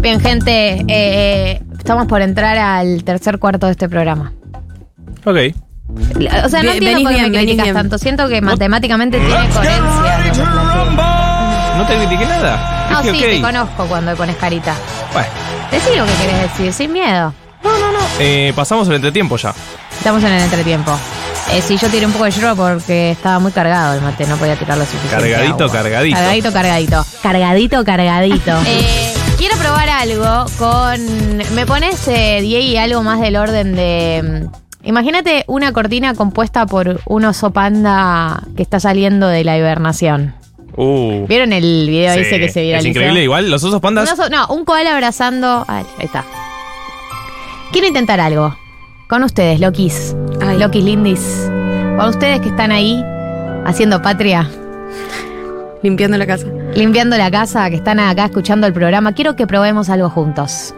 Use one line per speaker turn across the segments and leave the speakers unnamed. Bien, gente, eh, estamos por entrar al tercer cuarto de este programa.
Ok.
O sea, no entiendo
Ve-
por qué me
venís bien, venís
criticas
bien.
tanto. Siento que matemáticamente tiene coherencia.
No te critiqué nada.
No,
Dije,
Ah, sí,
ok.
te conozco cuando pones carita.
Bueno,
Decí lo que querés decir, sin miedo.
eh, pasamos el entretiempo ya.
Estamos en el entretiempo. Eh, sí, yo tiré un poco de yerba porque estaba muy cargado el mate, no podía tirarlo suficiente.
Cargadito,
agua.
cargadito.
Cargadito, cargadito. Cargadito, cargadito. Eh, quiero probar algo con. ¿Me pones, eh, Diego, algo más del orden de. mm, Imagínate una cortina compuesta por un oso panda que está saliendo de la hibernación.
Uh.
¿Vieron el video
sí,
ese que se
Es
viralizó?
increíble, igual. Los osos
Un
pandas.
oso- no, un koala abrazando. Ay, ahí está. Quiero intentar algo. Con ustedes, Lokis.
Ay.
Lokis lindis. Con ustedes que están ahí haciendo patria,
Limpiando la casa.
limpiando la casa, que están acá escuchando el programa. Quiero que probemos algo juntos.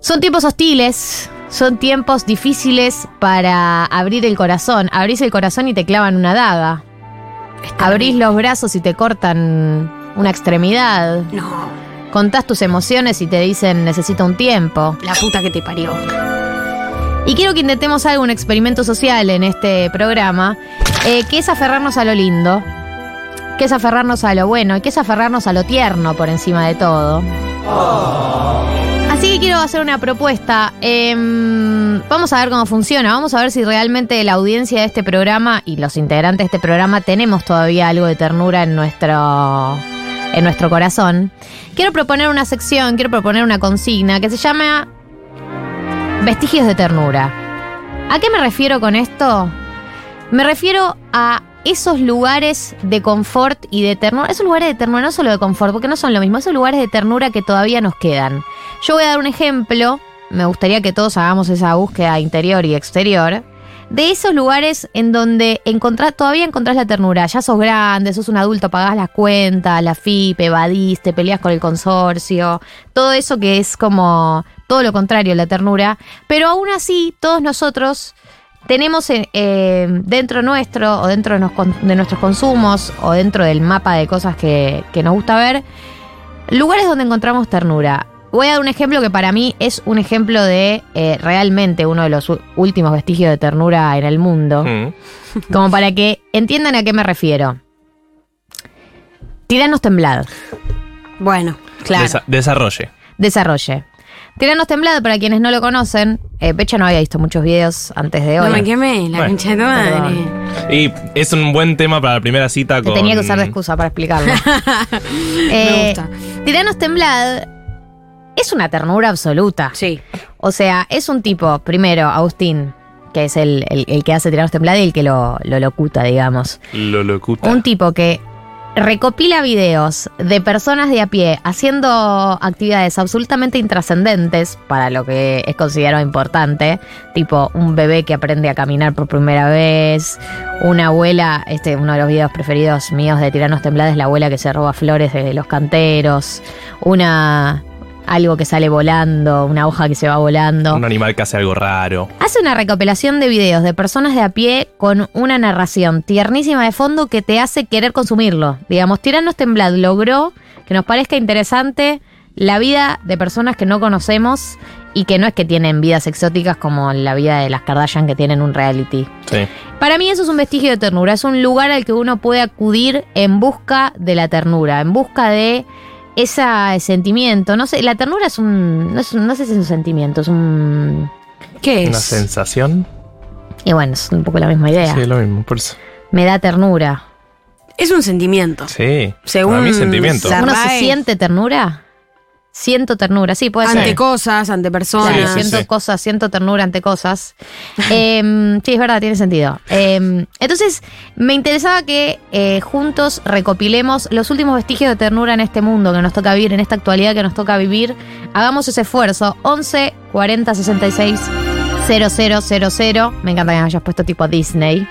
Son tiempos hostiles. Son tiempos difíciles para abrir el corazón. Abrís el corazón y te clavan una daga. Abrís los brazos y te cortan una extremidad.
No,
Contás tus emociones y te dicen necesito un tiempo.
la puta que te parió.
Y quiero que intentemos algo, un experimento social en este programa, eh, que es aferrarnos a lo lindo, que es aferrarnos a lo bueno y que es aferrarnos a lo tierno por encima de todo. Así que quiero hacer una propuesta. Em, vamos a ver cómo funciona. Vamos a ver si realmente la audiencia de este programa y los integrantes de este programa tenemos todavía algo de ternura en nuestro, en nuestro corazón. Quiero proponer una sección, quiero proponer una consigna que se llama Vestigios de ternura. ¿A qué me refiero con esto? Me refiero a esos lugares de confort y de ternura. Esos lugares de ternura, no solo de confort, porque no son lo mismo, esos lugares de ternura que todavía nos quedan. Yo voy a dar un ejemplo, me gustaría que todos hagamos esa búsqueda interior y exterior, de esos lugares en donde encontrás- todavía encontrás la ternura. Ya sos grande, sos un adulto, pagás las cuentas, la FIP, evadís, te peleás con el consorcio, todo eso que es como todo lo contrario, a la ternura. Pero aún así, todos nosotros tenemos eh, eh, dentro nuestro o dentro de, nos- de nuestros consumos o dentro del mapa de cosas que, que nos gusta ver, lugares donde encontramos ternura. Voy a dar un ejemplo que para mí es un ejemplo de eh, realmente uno de los u- últimos vestigios de ternura en el mundo.
Mm.
Como para que entiendan a qué me refiero. Tiranos temblad.
Bueno, claro.
Desa- desarrolle.
desarrolle. Tiranos Temblado, para quienes no lo conocen, eh, Pecha no había visto muchos videos antes de
No
hoy.
me quemé, la
Bueno,
concha de tu madre.
Y es un buen tema para la primera cita
Te
con.
tenía que usar de excusa para explicarlo. Eh,
Me gusta.
Tiranos Temblad es una ternura absoluta.
Sí.
O sea, es un tipo, primero, Agustín, que es el, el- el que hace Tiranos Temblad y el que lo, lo locuta, digamos.
Lo locuta.
Un tipo que recopila videos de personas de a pie haciendo actividades absolutamente intrascendentes para lo que es considerado importante, tipo un bebé que aprende a caminar por primera vez, una abuela, este uno de los videos preferidos míos de Tiranos Temblades, la abuela que se roba flores de los canteros, una algo que sale volando, una hoja que se va volando.
Un animal que hace algo raro.
Hace una recopilación de videos de personas de a pie con una narración tiernísima de fondo que te hace querer consumirlo. Digamos, Tiranos Temblad logró que nos parezca interesante la vida de personas que no conocemos y que no es que tienen vidas exóticas como la vida de las Kardashian que tienen un reality.
Sí.
Para mí eso es un vestigio de ternura, es un lugar al que uno puede acudir en busca de la ternura, en busca de ese sentimiento. No sé, la ternura es un... No, es un- no sé si es un sentimiento, es un...
¿Qué
Una
es?
sensación.
Y bueno, es un poco la misma idea.
Sí, es lo mismo. Por eso.
Me da ternura.
es un sentimiento.
Sí.
Según
Para mí, sentimiento.
Sar-
¿Uno se
Narváez.
siente ternura? Siento ternura, sí, puede
Ante
ser.
cosas, ante
Claro,
personas.
Sí, sí,
siento
sí.
cosas, siento ternura ante cosas. Em, sí, es verdad, tiene sentido. Em, entonces, me interesaba que eh, juntos recopilemos los últimos vestigios de ternura en este mundo que nos toca vivir, en esta actualidad que nos toca vivir. Hagamos ese esfuerzo. 11 40 66 0000. Me encanta que me hayas puesto tipo Disney.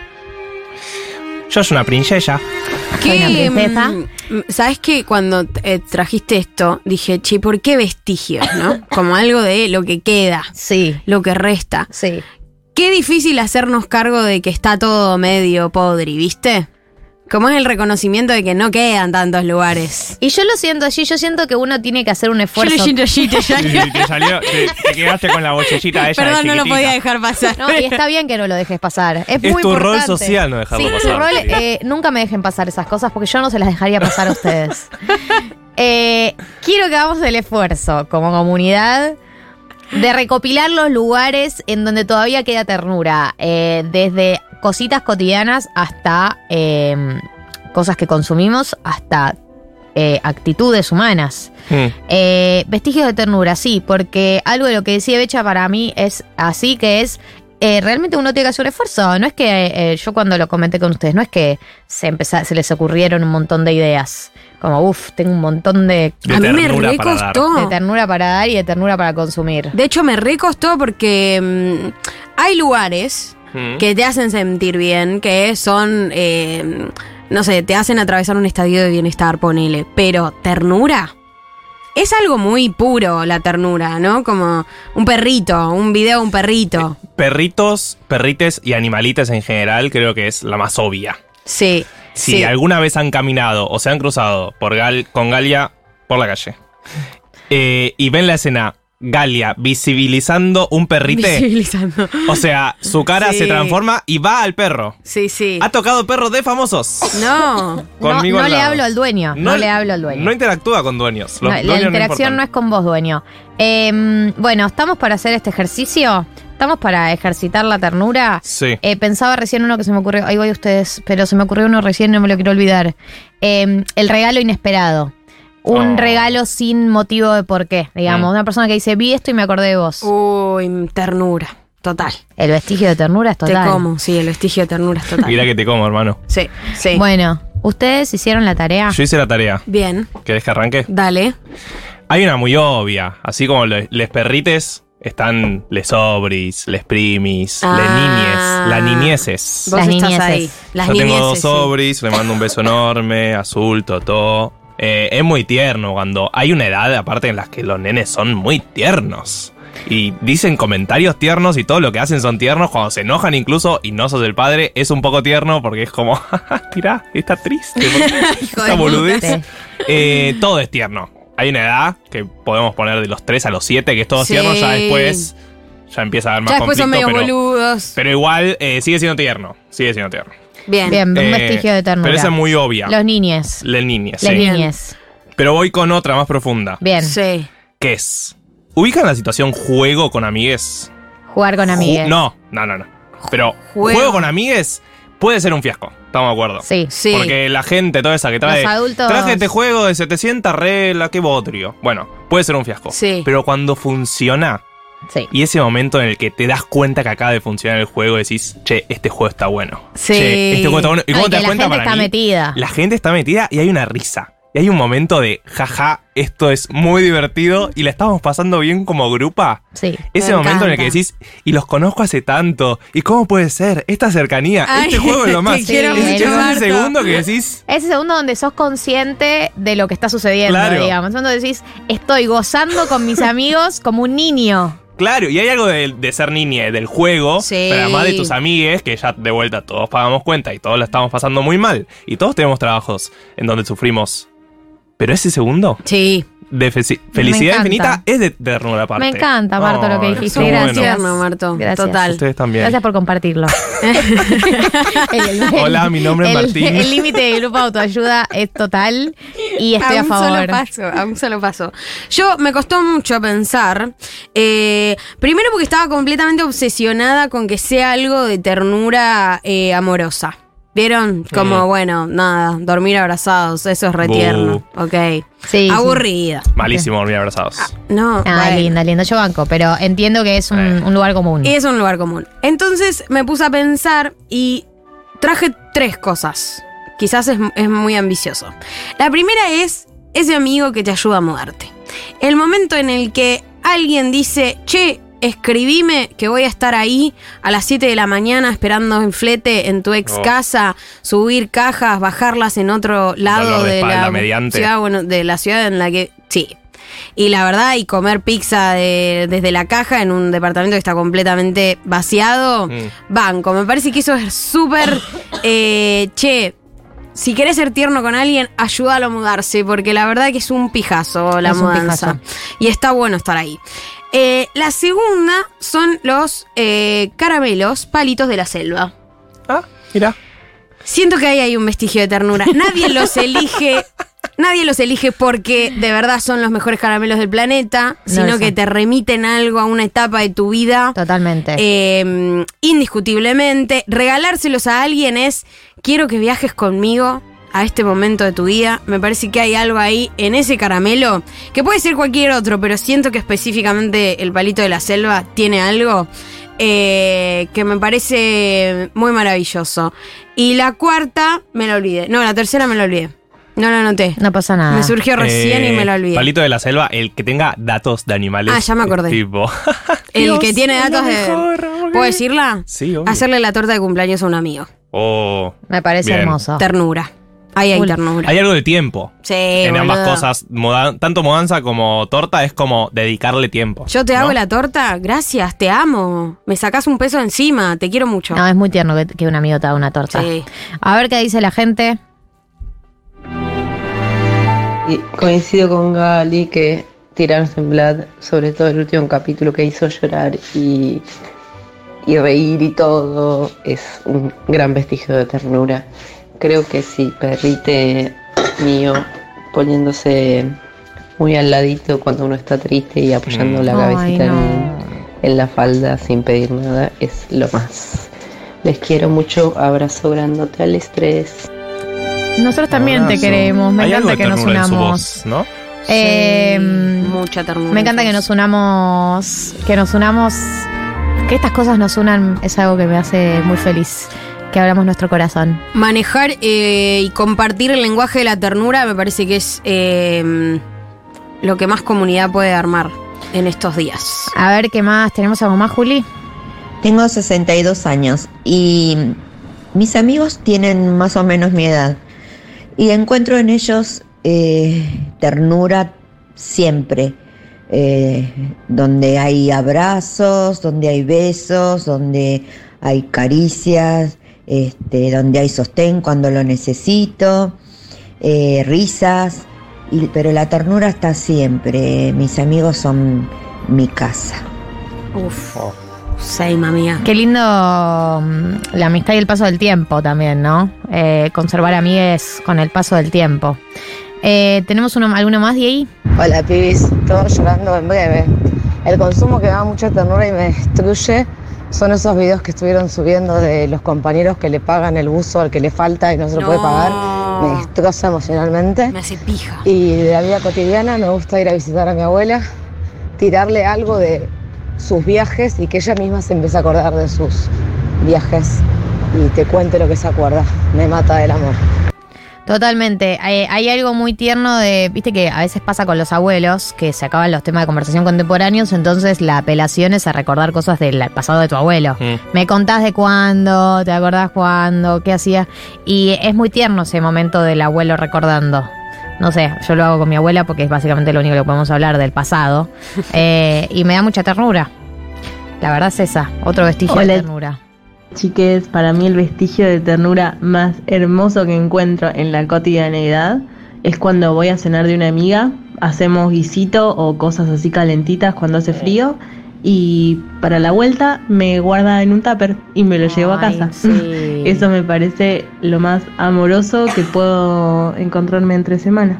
Yo soy una princesa.
Soy una
¿Qué,
princesa.
mm, ¿Sabes que cuando eh, trajiste esto, dije, che, ¿por qué vestigios, no? Como algo de lo que queda,
Sí,
lo que resta.
sí.
Qué difícil hacernos cargo de que está todo medio podri, ¿viste? Como es el reconocimiento de que no quedan tantos lugares.
Y yo lo siento allí, yo siento que uno tiene que hacer un esfuerzo.
Y te salió, te, te quedaste con la bolsillita esa.
Perdón, no lo
chiquitita.
podía dejar pasar.
No, y está bien que no lo dejes pasar. Es,
Es
muy
tu rol
importante.
social no
sí,
dejarlo
es
pasar,
mi rol,
querida.
eh, nunca me dejen pasar esas cosas porque yo no se las dejaría pasar a ustedes. Eh, quiero que hagamos el esfuerzo como comunidad de recopilar los lugares en donde todavía queda ternura. eh, desde cositas cotidianas hasta eh, cosas que consumimos, hasta eh, actitudes humanas.
Mm.
Eh, vestigios de ternura, sí, porque algo de lo que decía Becha para mí es así, que es eh, realmente uno tiene que hacer un esfuerzo. No es que eh, yo cuando lo comenté con ustedes, no es que se, empeza- se les ocurrieron un montón de ideas. Como, uff, tengo un montón de,
De
a mí me
ternura para dar.
recostó.
de ternura para dar y de ternura para consumir.
De hecho, me recostó porque mm, hay lugares
Mm.
que te hacen sentir bien, que son, eh, no sé, te hacen atravesar un estadio de bienestar, ponele. Pero ternura. Es algo muy puro la ternura, ¿no? Como un perrito, un video de un perrito.
Eh, Perritos, perrites y animalitas en general creo que es la más obvia.
Sí.
Si alguna vez han caminado o se han cruzado por Gal- con Galia por la calle eh, y ven la escena Galia visibilizando un perrite,
Visibilizando.
o sea, su cara
Sí.
se transforma y va al perro.
Sí, sí.
Ha tocado perros de famosos.
No.
No,
Conmigo
no
al
le
lado.
hablo al dueño, no, le hablo al dueño.
No interactúa con dueños. Los
No, la
dueños no
interacción
importan.
no, es con vos, dueño. Eh, bueno, ¿estamos para hacer este ejercicio? ¿Estamos para ejercitar la ternura?
Sí.
Eh, pensaba recién uno que se me ocurrió, ahí voy a ustedes, pero se me ocurrió uno recién, no me lo quiero olvidar. Eh, el regalo inesperado. Un
Oh.
regalo sin motivo de por qué, digamos.
Mm.
Una persona que dice, vi esto y me acordé de vos.
Uh. Uy, ternura. Total.
El vestigio de ternura es total.
Te como, sí, el vestigio de ternura es total.
Mirá que te como, hermano.
Sí, sí.
Bueno, ¿ustedes hicieron la tarea?
Yo hice la tarea.
Bien,
¿Querés que arranque?
dale.
Hay una muy obvia. Así como le- les perrites están les sobris, les primis, les
Ah.
niñes, las niñeces.
Vos
Las
estás
niñeces.
ahí. Las
Yo
niñeces.
tengo dos
sí.
sobris, le mando un beso enorme, azul, totó. Eh, es muy tierno cuando hay una edad, aparte, en las que los nenes son muy tiernos. Y dicen comentarios tiernos y todo lo que hacen son tiernos. Cuando se enojan incluso y no sos el padre, es un poco tierno porque es como, tirá, está triste.
de
Está
puta.
boludez. Eh, todo es tierno. Hay una edad que podemos poner de los 3 a los 7, que es todo
Sí.
tierno. Ya después ya empieza a haber más
Ya después son medio
conflicto. Pero,
boludos.
pero igual eh, sigue siendo tierno. Sigue siendo tierno.
Bien.
Bien, un
Eh,
vestigio de ternura.
Pero esa es muy obvia.
Los niñes.
La niña,
Las
sí.
niña.
niñes.
Pero voy con otra más profunda.
Bien.
Sí.
¿Qué es? ¿Ubican la situación juego con amigues?
Jugar con amigues.
Ju- No, no, no, no. Pero
Juego.
juego, con amigues puede ser un fiasco. Estamos de acuerdo.
Sí.
Sí.
Porque la gente, toda esa que trae.
Los adultos-
Traje este juego de 700 reglas, qué bodrio. Bueno, puede ser un fiasco.
Sí.
Pero cuando funciona,
Sí.
y ese momento en el que te das cuenta que acaba de funcionar el juego, decís, che, este juego está bueno.
Sí.
Che, este juego está bueno. ¿Y
No,
cómo
y
te
que
das
la
cuenta
gente
para
está
mí?
metida.
La gente está metida y hay una risa. Y hay un momento de, jaja, esto es muy divertido y la estamos pasando bien como grupa.
Sí.
Ese
Me
momento en el
encanta.
que decís, y los conozco hace tanto, y cómo puede ser, esta cercanía,
Ay,
este juego es lo
te
más.
quiero
es, es
mucho,
ese
Marto.
segundo que decís,
Ese segundo donde sos consciente de lo que está sucediendo,
Claro.
digamos. Cuando decís, estoy gozando con mis amigos como un niño.
claro, y hay algo de, de ser niña, eh, del juego,
Sí.
pero además de tus amigues, que ya de vuelta todos pagamos cuenta y todos la estamos pasando muy mal, y todos tenemos trabajos en donde sufrimos. Pero ese segundo
Sí.
de fe- felicidad
encanta.
infinita es de ternura aparte.
Me encanta, Marto, lo que
Ay,
dijiste.
qué bueno.
Gracias.
Tierno, Marto.
Gracias.
Total.
Ustedes también.
Gracias por compartirlo. El- el-
Hola, mi nombre es
el-
Martín.
El límite del grupo de autoayuda es total y estoy a,
un
favor.
solo paso, a un solo paso. Yo me costó mucho pensar. eh, primero porque estaba completamente obsesionada con que sea algo de ternura eh, amorosa. ¿Vieron? Como,
Mm.
bueno, nada, dormir abrazados, eso es
Bu.
retierno. Ok.
Sí, sí.
Aburrida.
Malísimo dormir abrazados.
No.
Ah,
bueno.
lindo, lindo. Yo banco, pero entiendo que es un,
Eh.
un lugar común.
Es un lugar común. Entonces me puse a pensar y traje tres cosas. Quizás es, es muy ambicioso. La primera es ese amigo que te ayuda a mudarte. El momento en el que alguien dice, che, escribime que voy a estar ahí a las 7 de la mañana esperando en flete en tu ex
Oh.
casa, subir cajas, bajarlas en otro lado
Dolor de
de,
espalda
la
mediante.
ciudad, bueno, de la ciudad en la que... Sí. Y la verdad, y comer pizza de- desde la caja en un departamento que está completamente vaciado,
Mm.
banco. Me parece que eso es súper, eh, che, si querés ser tierno con alguien, ayúdalo a mudarse, porque la verdad que es un pijazo la
Es un
mudanza. Y está bueno estar ahí. Eh, la segunda son los eh, caramelos, palitos de la selva.
Ah, mira.
Siento que ahí hay un vestigio de ternura. Nadie los elige. Nadie los elige porque de verdad son los mejores caramelos del planeta,
No,
sino
eso.
que te remiten algo a una etapa de tu vida.
Totalmente.
Eh, indiscutiblemente, regalárselos a alguien es, quiero que viajes conmigo a este momento de tu vida. Me parece que hay algo ahí en ese caramelo, que puede ser cualquier otro, pero siento que específicamente el palito de la selva tiene algo eh, que me parece muy maravilloso. Y la cuarta, me la olvidé. No, la tercera me la olvidé. No la anoté.
no pasa nada.
Me surgió recién y
Eh,
me la olvidé.
Palito de la selva, el que tenga datos de animales.
Ah, ya me acordé.
Tipo.
El
Dios,
que tiene
es lo
datos de...
mejor, ok.
¿Puedo decirla?
Sí, obvio.
Hacerle la torta de cumpleaños a un amigo.
Oh.
Me parece
Bien.
hermoso.
Ternura. Ahí hay
Uy.
ternura.
Hay algo de tiempo.
sí,
Eh,
en ambas
boludo.
cosas, muda- tanto mudanza como torta es como dedicarle tiempo.
Yo te
¿no?
hago la torta, gracias, te amo. Me sacás un peso encima, te quiero mucho.
No, es muy tierno que, que un amigo te haga una torta.
Sí.
A ver qué dice la gente.
Y coincido con Gali que tirarse en Vlad, sobre todo el último capítulo que hizo llorar y, y reír y todo, es un gran vestigio de ternura. Creo que sí, perrite mío poniéndose muy al ladito cuando uno está triste y apoyando
Mm.
la
Ay,
cabecita en,
no.
en la falda sin pedir nada, es lo más. Les quiero mucho, abrazo grandote al estrés.
Nosotros también te
Abrazo.
queremos. Me
Hay algo
encanta que
de
nos
ternura en su
unamos.
voz, ¿no?
Eh,
Sí, mucha ternura.
Me encanta que nos unamos. Que nos unamos. Que estas cosas nos unan es algo que me hace muy feliz. Que abramos nuestro corazón.
Manejar eh, y compartir el lenguaje de la ternura me parece que es eh, lo que más comunidad puede armar en estos días.
A ver qué más. ¿Tenemos algo más, Juli?
Tengo 62 años y mis amigos tienen más o menos mi edad. Y encuentro en ellos eh, ternura siempre, eh, donde hay abrazos, donde hay besos, donde hay caricias, este, donde hay sostén cuando lo necesito, eh, risas, y- pero la ternura está siempre. Mis amigos son mi casa.
Uf,
Oh.
sí, mía.
Qué lindo mm, la amistad y el paso del tiempo también, ¿no? Eh, conservar amigues con el paso del tiempo. Eh, ¿Tenemos uno, alguno más, Diego?
Hola pibis, todos llorando en breve. El consumo que me da mucha ternura y me destruye son esos videos que estuvieron subiendo de los compañeros que le pagan el buzo al que le falta y no se lo puede pagar. Me destroza emocionalmente.
Me hace pija.
Y de la vida cotidiana me gusta ir a visitar a mi abuela, tirarle algo de sus viajes y que ella misma se empiece a acordar de sus viajes y te cuente lo que se acuerda. Me mata del amor.
Totalmente. Eh, hay algo muy tierno de, viste que a veces pasa con los abuelos, que se acaban los temas de conversación contemporáneos, entonces la apelación es a recordar cosas del pasado de tu abuelo.
Mm.
Me contás de cuándo, te acordás cuándo, qué hacías. Y es muy tierno ese momento del abuelo recordando. No sé, yo lo hago con mi abuela porque es básicamente lo único que podemos hablar del pasado. Eh, y me da mucha ternura. La verdad es esa, otro vestigio
Hola.
de ternura.
Chiques, para mí el vestigio de ternura más hermoso que encuentro en la cotidianeidad es cuando voy a cenar de una amiga, hacemos guisito o cosas así calentitas cuando hace frío y para la vuelta me guarda en un tupper y me lo llevo a
Ay,
casa.
sí.
Eso me parece lo más amoroso que puedo encontrarme entre semana.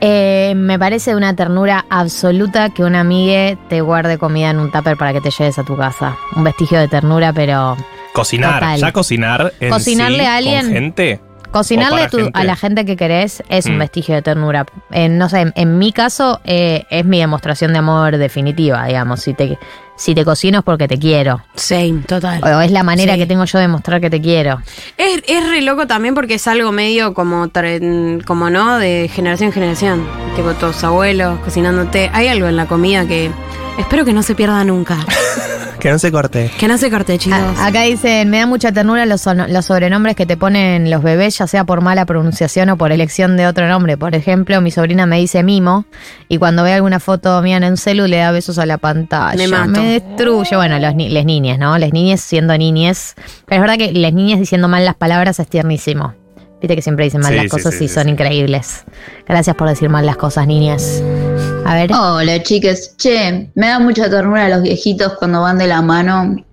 Eh, me parece una ternura absoluta que una amigue te guarde comida en un tupper para que te lleves a tu casa. Un vestigio de ternura, pero
Cocinar,
Total.
ya cocinar en
Cocinarle
sí,
a alguien.
con gente.
cocinarle
para
a, tu-
gente.
a la gente que querés es un
Mm.
vestigio de ternura. En, no sé, en, en mi caso eh, es mi demostración de amor definitiva, digamos. Si te, si te cocino es porque te quiero.
Same, total.
O es la manera
Sí.
que tengo yo de mostrar que te quiero.
Es, es re loco también porque es algo medio como, tra- como no, de generación en generación. Tipo tus abuelos cocinándote. Hay algo en la comida que espero que no se pierda nunca.
Que Que no se corte.
Que no se corte, chicos.
A- Ah, acá dicen, me da mucha ternura los, son- los sobrenombres que te ponen los bebés, ya sea por mala pronunciación o por elección de otro nombre. Por ejemplo, mi sobrina me dice Mimo y cuando ve alguna foto mía en un celu le da besos a la pantalla.
Me mato.
destruye. Bueno, los ni- les niñas, ¿no? Les niñas siendo niñes. Pero es verdad que les niñas diciendo mal las palabras es tiernísimo. Viste que siempre dicen mal
Sí,
las
sí,
cosas
sí,
y
sí,
son
sí.
increíbles. Gracias por decir mal las cosas, niñas. A ver.
Oh.
Hola chicas, che, me da mucha ternura los viejitos cuando van de la mano en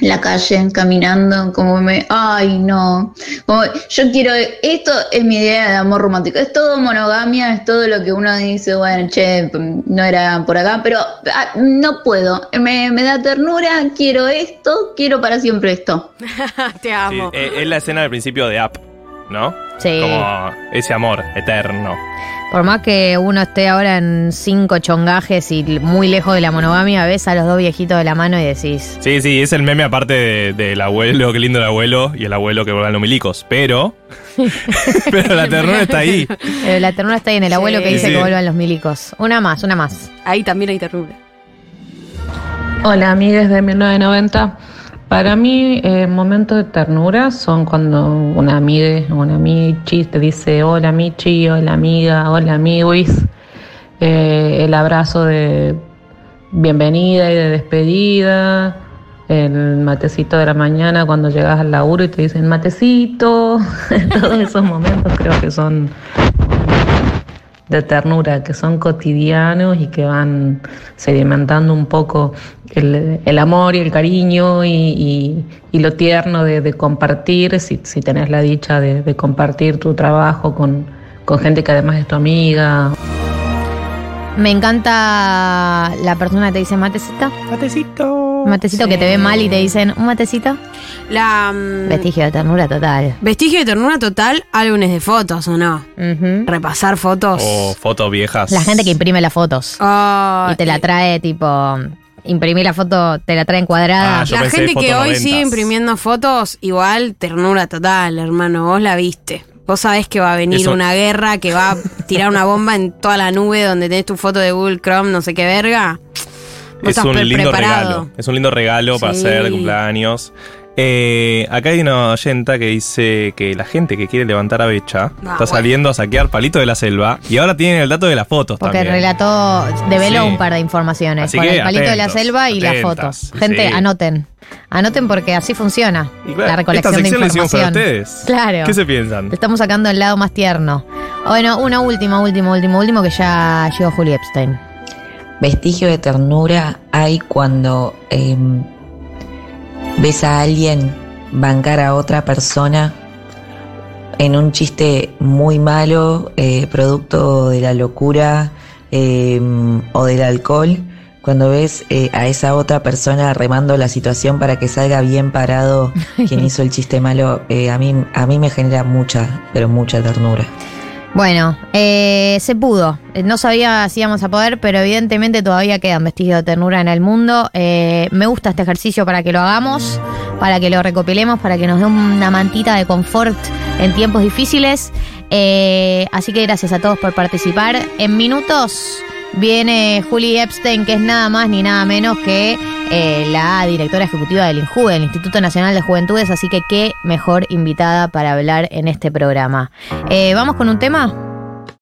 la calle, caminando, como me, ay no, Como, yo quiero, esto es mi idea de amor romántico, es todo monogamia, es todo lo que uno dice, bueno, che, no era por acá, pero ah, no puedo, me, me da ternura, quiero esto, quiero para siempre esto.
ah.
Te
Sí,
amo.
eh, es la escena del principio de App, ¿no?
Sí.
Como ese amor eterno.
Por más que uno esté ahora en cinco chongajes y muy lejos de la monogamia, ves a los dos viejitos de la mano y decís,
Sí, sí, es el meme aparte de- del abuelo, qué lindo el abuelo, y el abuelo que vuelvan los milicos. Pero. pero la ternura está ahí.
eh, la ternura está ahí en el abuelo que
Sí.
dice
Sí.
que vuelvan los milicos. Una más, una más.
Ahí también hay ternura.
Hola amigues de 1990. Para mí, eh, momentos de ternura son cuando una amigue o una amichi te dice hola Michi, hola amiga, hola amiguis. Eh, el abrazo de bienvenida y de despedida. El matecito de la mañana cuando llegas al laburo y te dicen matecito. Todos esos momentos creo que son de ternura, que son cotidianos y que van sedimentando un poco el, el amor y el cariño y, y- y lo tierno de, de compartir, si, si tenés la dicha de, de compartir tu trabajo con, con gente que además es tu amiga
Me encanta la persona que te dice matecito.
Matecito.
Matecito que te ve mal y te dicen un matecito.
La. mm,
Vestigio de ternura total.
vestigio de ternura total, álbumes de fotos, ¿o no?
Ujú.
Repasar fotos.
O fotos viejas.
La gente que imprime las fotos
Ah,
y te la trae tipo, imprimí la foto, te la traen cuadrada.
Ah, yo-
la
pensé
gente
fotos
que hoy
noventas.
sigue imprimiendo fotos, igual ternura total, hermano. Vos la viste. Vos sabés que va a venir
Eso-
una guerra, que va a tirar una bomba en toda la nube donde tenés tu foto de Google Chrome, no sé qué verga. Vos
Es
estás
un
pre-
lindo
preparado.
regalo. Es un lindo regalo para
Sí.
hacer de cumpleaños. Eh, acá hay una oyenta que dice que la gente que quiere levantar a Becha
Ah,
está
bueno.
saliendo a saquear palitos de la selva y ahora tienen el dato de las fotos
Porque
también.
relató, develó
Sí.
un par de informaciones.
Así
con
que
el palito de la
atentos,
selva y las
atentas,
fotos. Gente,
sí.
anoten. Anoten porque así funciona
Y claro,
la recolección
esta
de
sección la hicimos
información.
para ustedes.
Claro.
¿Qué se piensan?
Le Estamos sacando el lado más tierno. Bueno, una última, última, última, última que ya llegó Juli Epstein.
vestigio de ternura hay cuando eh, ves a alguien bancar a otra persona en un chiste muy malo, eh, producto de la locura eh, o del alcohol, cuando ves eh, a esa otra persona remando la situación para que salga bien parado quien hizo el chiste malo, eh, a, mí, a mí me genera mucha, pero mucha ternura.
Bueno, eh, se pudo. Eh, No sabía si íbamos a poder, pero evidentemente todavía quedan vestigios de ternura en el mundo. Eh, me gusta este ejercicio para que lo hagamos, para que lo recopilemos, para que nos dé una mantita de confort en tiempos difíciles. Eh, así que gracias a todos por participar. En minutos viene Julie Epstein, que es nada más ni nada menos que eh, la directora ejecutiva del INJUVE, el Instituto Nacional de Juventudes. Así que qué mejor invitada para hablar en este programa. Eh, ¿Vamos con un tema?